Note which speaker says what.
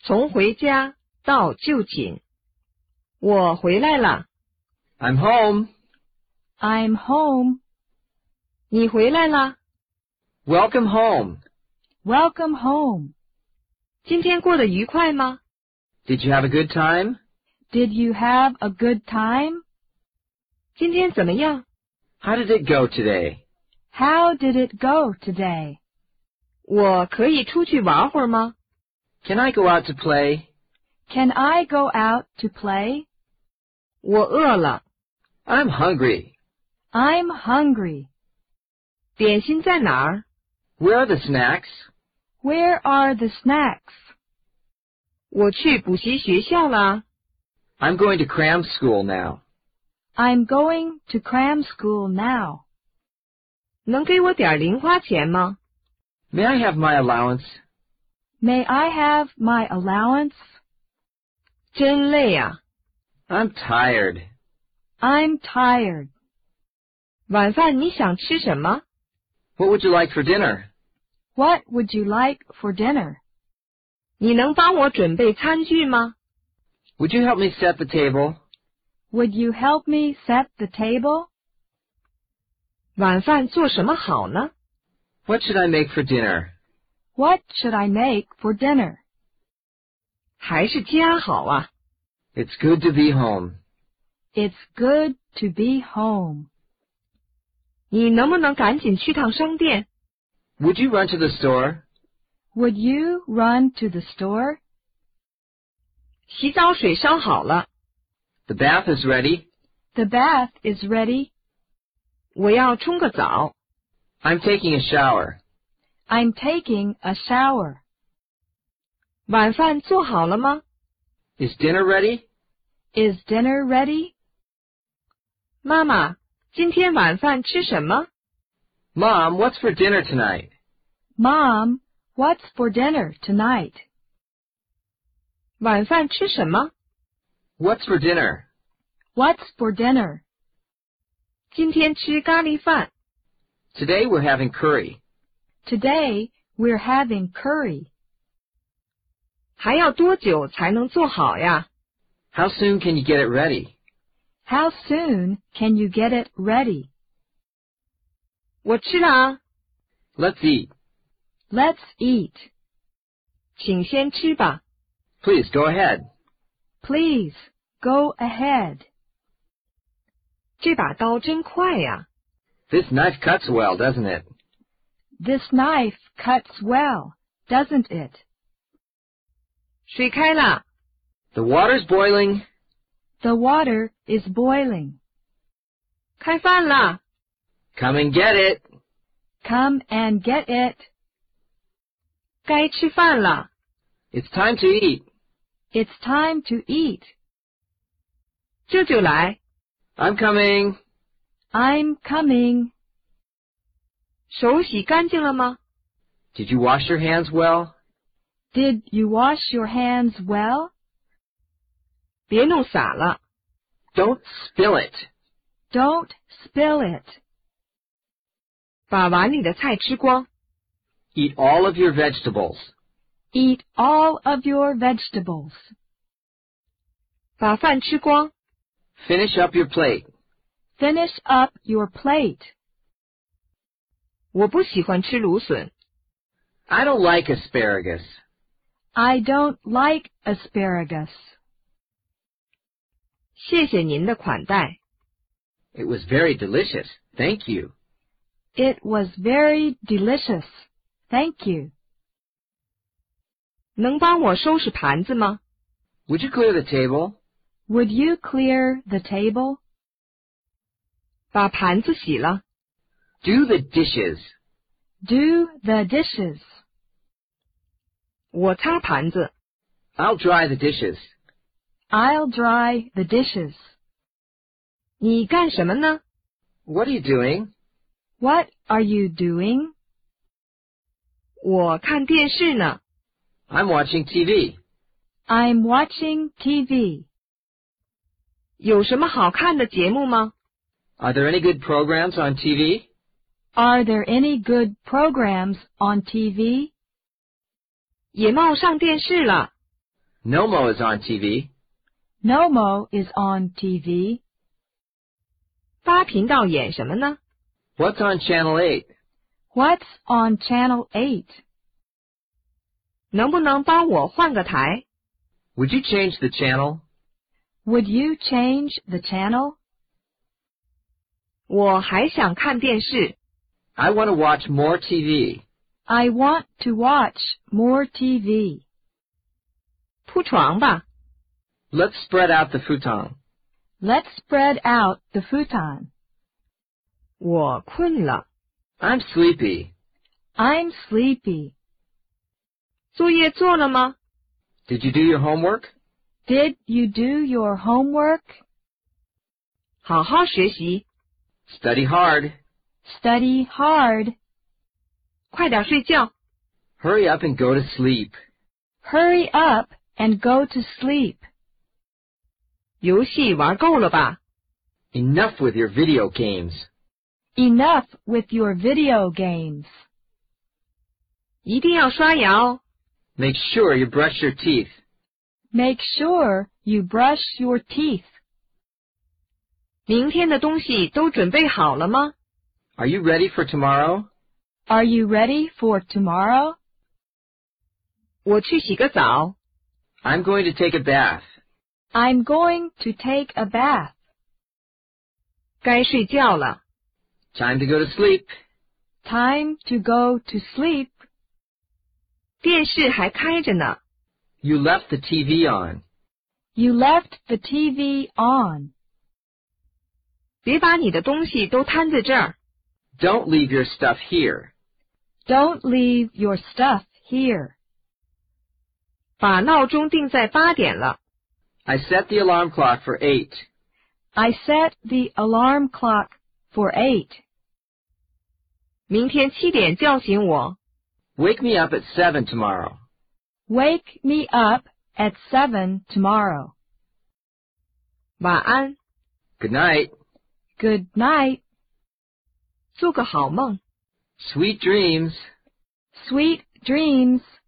Speaker 1: 从回家到就寝。我回来了，
Speaker 2: I'm home.
Speaker 3: I'm home.
Speaker 1: 你回来啦？
Speaker 2: Welcome home.
Speaker 3: Welcome home.
Speaker 1: 今天过得愉快吗？
Speaker 2: Did you have a good time?
Speaker 3: Did you have a good time?
Speaker 1: 今天怎么样？
Speaker 2: How did it go today?
Speaker 3: How did it go today?
Speaker 1: 我可以出去玩会儿吗？
Speaker 2: Can I go out to play?
Speaker 3: Can I go out to play?
Speaker 1: 我饿了，
Speaker 2: I'm hungry.
Speaker 3: I'm hungry.
Speaker 1: 点心在哪儿？
Speaker 2: Where are the snacks?
Speaker 3: Where are the snacks?
Speaker 1: 我去补习学校啦。
Speaker 2: I'm going to cram school now.
Speaker 3: I'm going to cram school now.
Speaker 1: 能给我点儿零花钱吗？
Speaker 2: May I have my allowance?
Speaker 3: May I have my allowance?
Speaker 1: 真累啊！
Speaker 2: I'm tired.
Speaker 3: I'm tired.
Speaker 1: 晚饭你想吃什么？
Speaker 2: What would you like for dinner?
Speaker 3: What would you like for dinner?
Speaker 1: 你能帮我准备餐具吗？
Speaker 2: Would you help me set the table?
Speaker 3: Would you help me set the table?
Speaker 1: 晚饭做什么好呢？
Speaker 2: What should I make for dinner?
Speaker 3: What should I make for dinner?
Speaker 1: 还是家好啊！
Speaker 2: It's good to be home.
Speaker 3: It's good to be home.
Speaker 1: 你能不能赶紧去趟商店？
Speaker 2: Would you run to the store?
Speaker 3: Would you run to the store?
Speaker 1: 洗澡水烧好了，
Speaker 2: The bath is ready.
Speaker 3: The bath is ready.
Speaker 1: 我要冲个澡。
Speaker 2: I'm taking a shower.
Speaker 3: I'm taking a shower.
Speaker 1: 晚饭做好了吗？
Speaker 2: Is dinner ready?
Speaker 3: Is dinner ready?
Speaker 1: 妈妈，今天晚饭吃什么？
Speaker 2: Mom, what's for dinner tonight?
Speaker 3: Mom, what's for dinner tonight?
Speaker 1: 晚饭吃什么？
Speaker 2: What's for dinner?
Speaker 3: What's for dinner?
Speaker 1: 今天吃咖喱饭。
Speaker 2: Today we're having curry.
Speaker 3: Today, we're having curry.
Speaker 1: 还要多久才能做好呀？
Speaker 2: How soon can you get it ready?
Speaker 3: How soon can you get it ready?
Speaker 1: 我吃了啊，
Speaker 2: Let's eat.
Speaker 3: Let's eat.
Speaker 1: 请先吃吧。
Speaker 2: Please go ahead.
Speaker 3: Please, go ahead.
Speaker 1: 这把刀真快呀！
Speaker 2: This knife cuts well, doesn't it?
Speaker 3: This knife cuts well, doesn't it?
Speaker 1: 水开了，
Speaker 2: The water's boiling.
Speaker 3: The water is boiling.
Speaker 1: 开饭了，
Speaker 2: Come and get it.
Speaker 3: Come and get it.
Speaker 1: 该吃饭了。
Speaker 2: It's time to eat.
Speaker 3: It's time to eat.
Speaker 1: 舅舅来，
Speaker 2: I'm coming.
Speaker 3: I'm coming.
Speaker 1: 手洗干净了吗？
Speaker 2: Did you wash your hands well?
Speaker 3: Did you wash your hands well?
Speaker 1: 别弄洒了。
Speaker 2: Don't spill it.
Speaker 3: Don't spill it.
Speaker 1: 把碗里的菜吃光。
Speaker 2: Eat all of your vegetables.
Speaker 3: Eat all of your vegetables.
Speaker 1: 把饭吃光，
Speaker 2: Finish up your plate.
Speaker 3: Finish up your plate.
Speaker 1: 我不喜欢吃芦笋，
Speaker 2: I don't like asparagus.
Speaker 3: I don't like asparagus.
Speaker 1: 谢谢您的款待。
Speaker 2: It was very delicious. Thank you.
Speaker 3: It was very delicious. Thank you.
Speaker 1: 能帮我收拾盘子吗？
Speaker 2: Would you clear the table?
Speaker 3: Would you clear the table?
Speaker 1: 把盘子洗了，
Speaker 2: Do the dishes.
Speaker 3: Do the dishes.
Speaker 1: 我擦盘子。
Speaker 2: I'll dry the dishes.
Speaker 3: I'll dry the dishes.
Speaker 1: 你干什么呢？
Speaker 2: What are you doing?
Speaker 3: What are you doing?
Speaker 1: 我看电视呢。
Speaker 2: I'm watching TV.
Speaker 3: I'm watching TV.
Speaker 1: 有什么好看的节目吗？
Speaker 2: Are there any good programs on TV?
Speaker 3: Are there any good programs on TV?
Speaker 1: 野猫上电视了。
Speaker 2: Nomo is on TV.
Speaker 3: Nomo is on TV.
Speaker 1: 八频道演什么呢？
Speaker 2: What's on Channel 8?
Speaker 3: What's on Channel 8?
Speaker 1: 能不能帮我换个台？
Speaker 2: Would you change the channel?
Speaker 3: Would you change the channel?
Speaker 1: 我还想看电视。
Speaker 2: I want to watch more TV.
Speaker 3: I want to watch more TV.
Speaker 1: 铺床吧，
Speaker 2: Let's spread out the futon.
Speaker 3: Let's spread out the futon.
Speaker 1: 我困了。
Speaker 2: I'm sleepy.
Speaker 3: I'm sleepy.
Speaker 1: 作业做了吗？
Speaker 2: Did you do your homework?
Speaker 3: Did you do your homework?
Speaker 1: 好好学习，
Speaker 2: Study hard.
Speaker 3: Study hard.
Speaker 1: 快点睡觉。
Speaker 2: Hurry up and go to sleep.
Speaker 3: Hurry up and go to sleep.
Speaker 1: 游戏玩够了吧？
Speaker 2: Enough with your video games.
Speaker 3: Enough with your video games.
Speaker 1: 一定要刷牙哦。
Speaker 2: Make sure you brush your teeth.
Speaker 3: Make sure you brush your teeth.
Speaker 1: 明天的东西都准备好了吗？
Speaker 2: Are you ready for tomorrow?
Speaker 3: Are you ready for tomorrow?
Speaker 1: 我去洗个澡。
Speaker 2: I'm going to take a bath.
Speaker 3: I'm going to take a bath.
Speaker 1: 该睡觉了。
Speaker 2: Time to go to sleep.
Speaker 3: Time to go to sleep.
Speaker 1: 电视还开着呢。
Speaker 2: You left the TV on.
Speaker 3: You left the TV on.
Speaker 1: 别把你的东西都摊在这儿。
Speaker 2: Don't leave your stuff here.
Speaker 3: Don't leave your stuff here.
Speaker 1: 把闹钟定在八点了。
Speaker 2: I set the alarm clock for 8.
Speaker 3: I set the alarm clock for eight.
Speaker 1: 明天七点叫醒我。
Speaker 2: Wake me up at 7 tomorrow.
Speaker 3: Wake me up at seven tomorrow.
Speaker 1: 晚安，
Speaker 2: Good night.
Speaker 3: Good night.
Speaker 1: 做个好梦。
Speaker 2: Sweet dreams.
Speaker 3: Sweet dreams.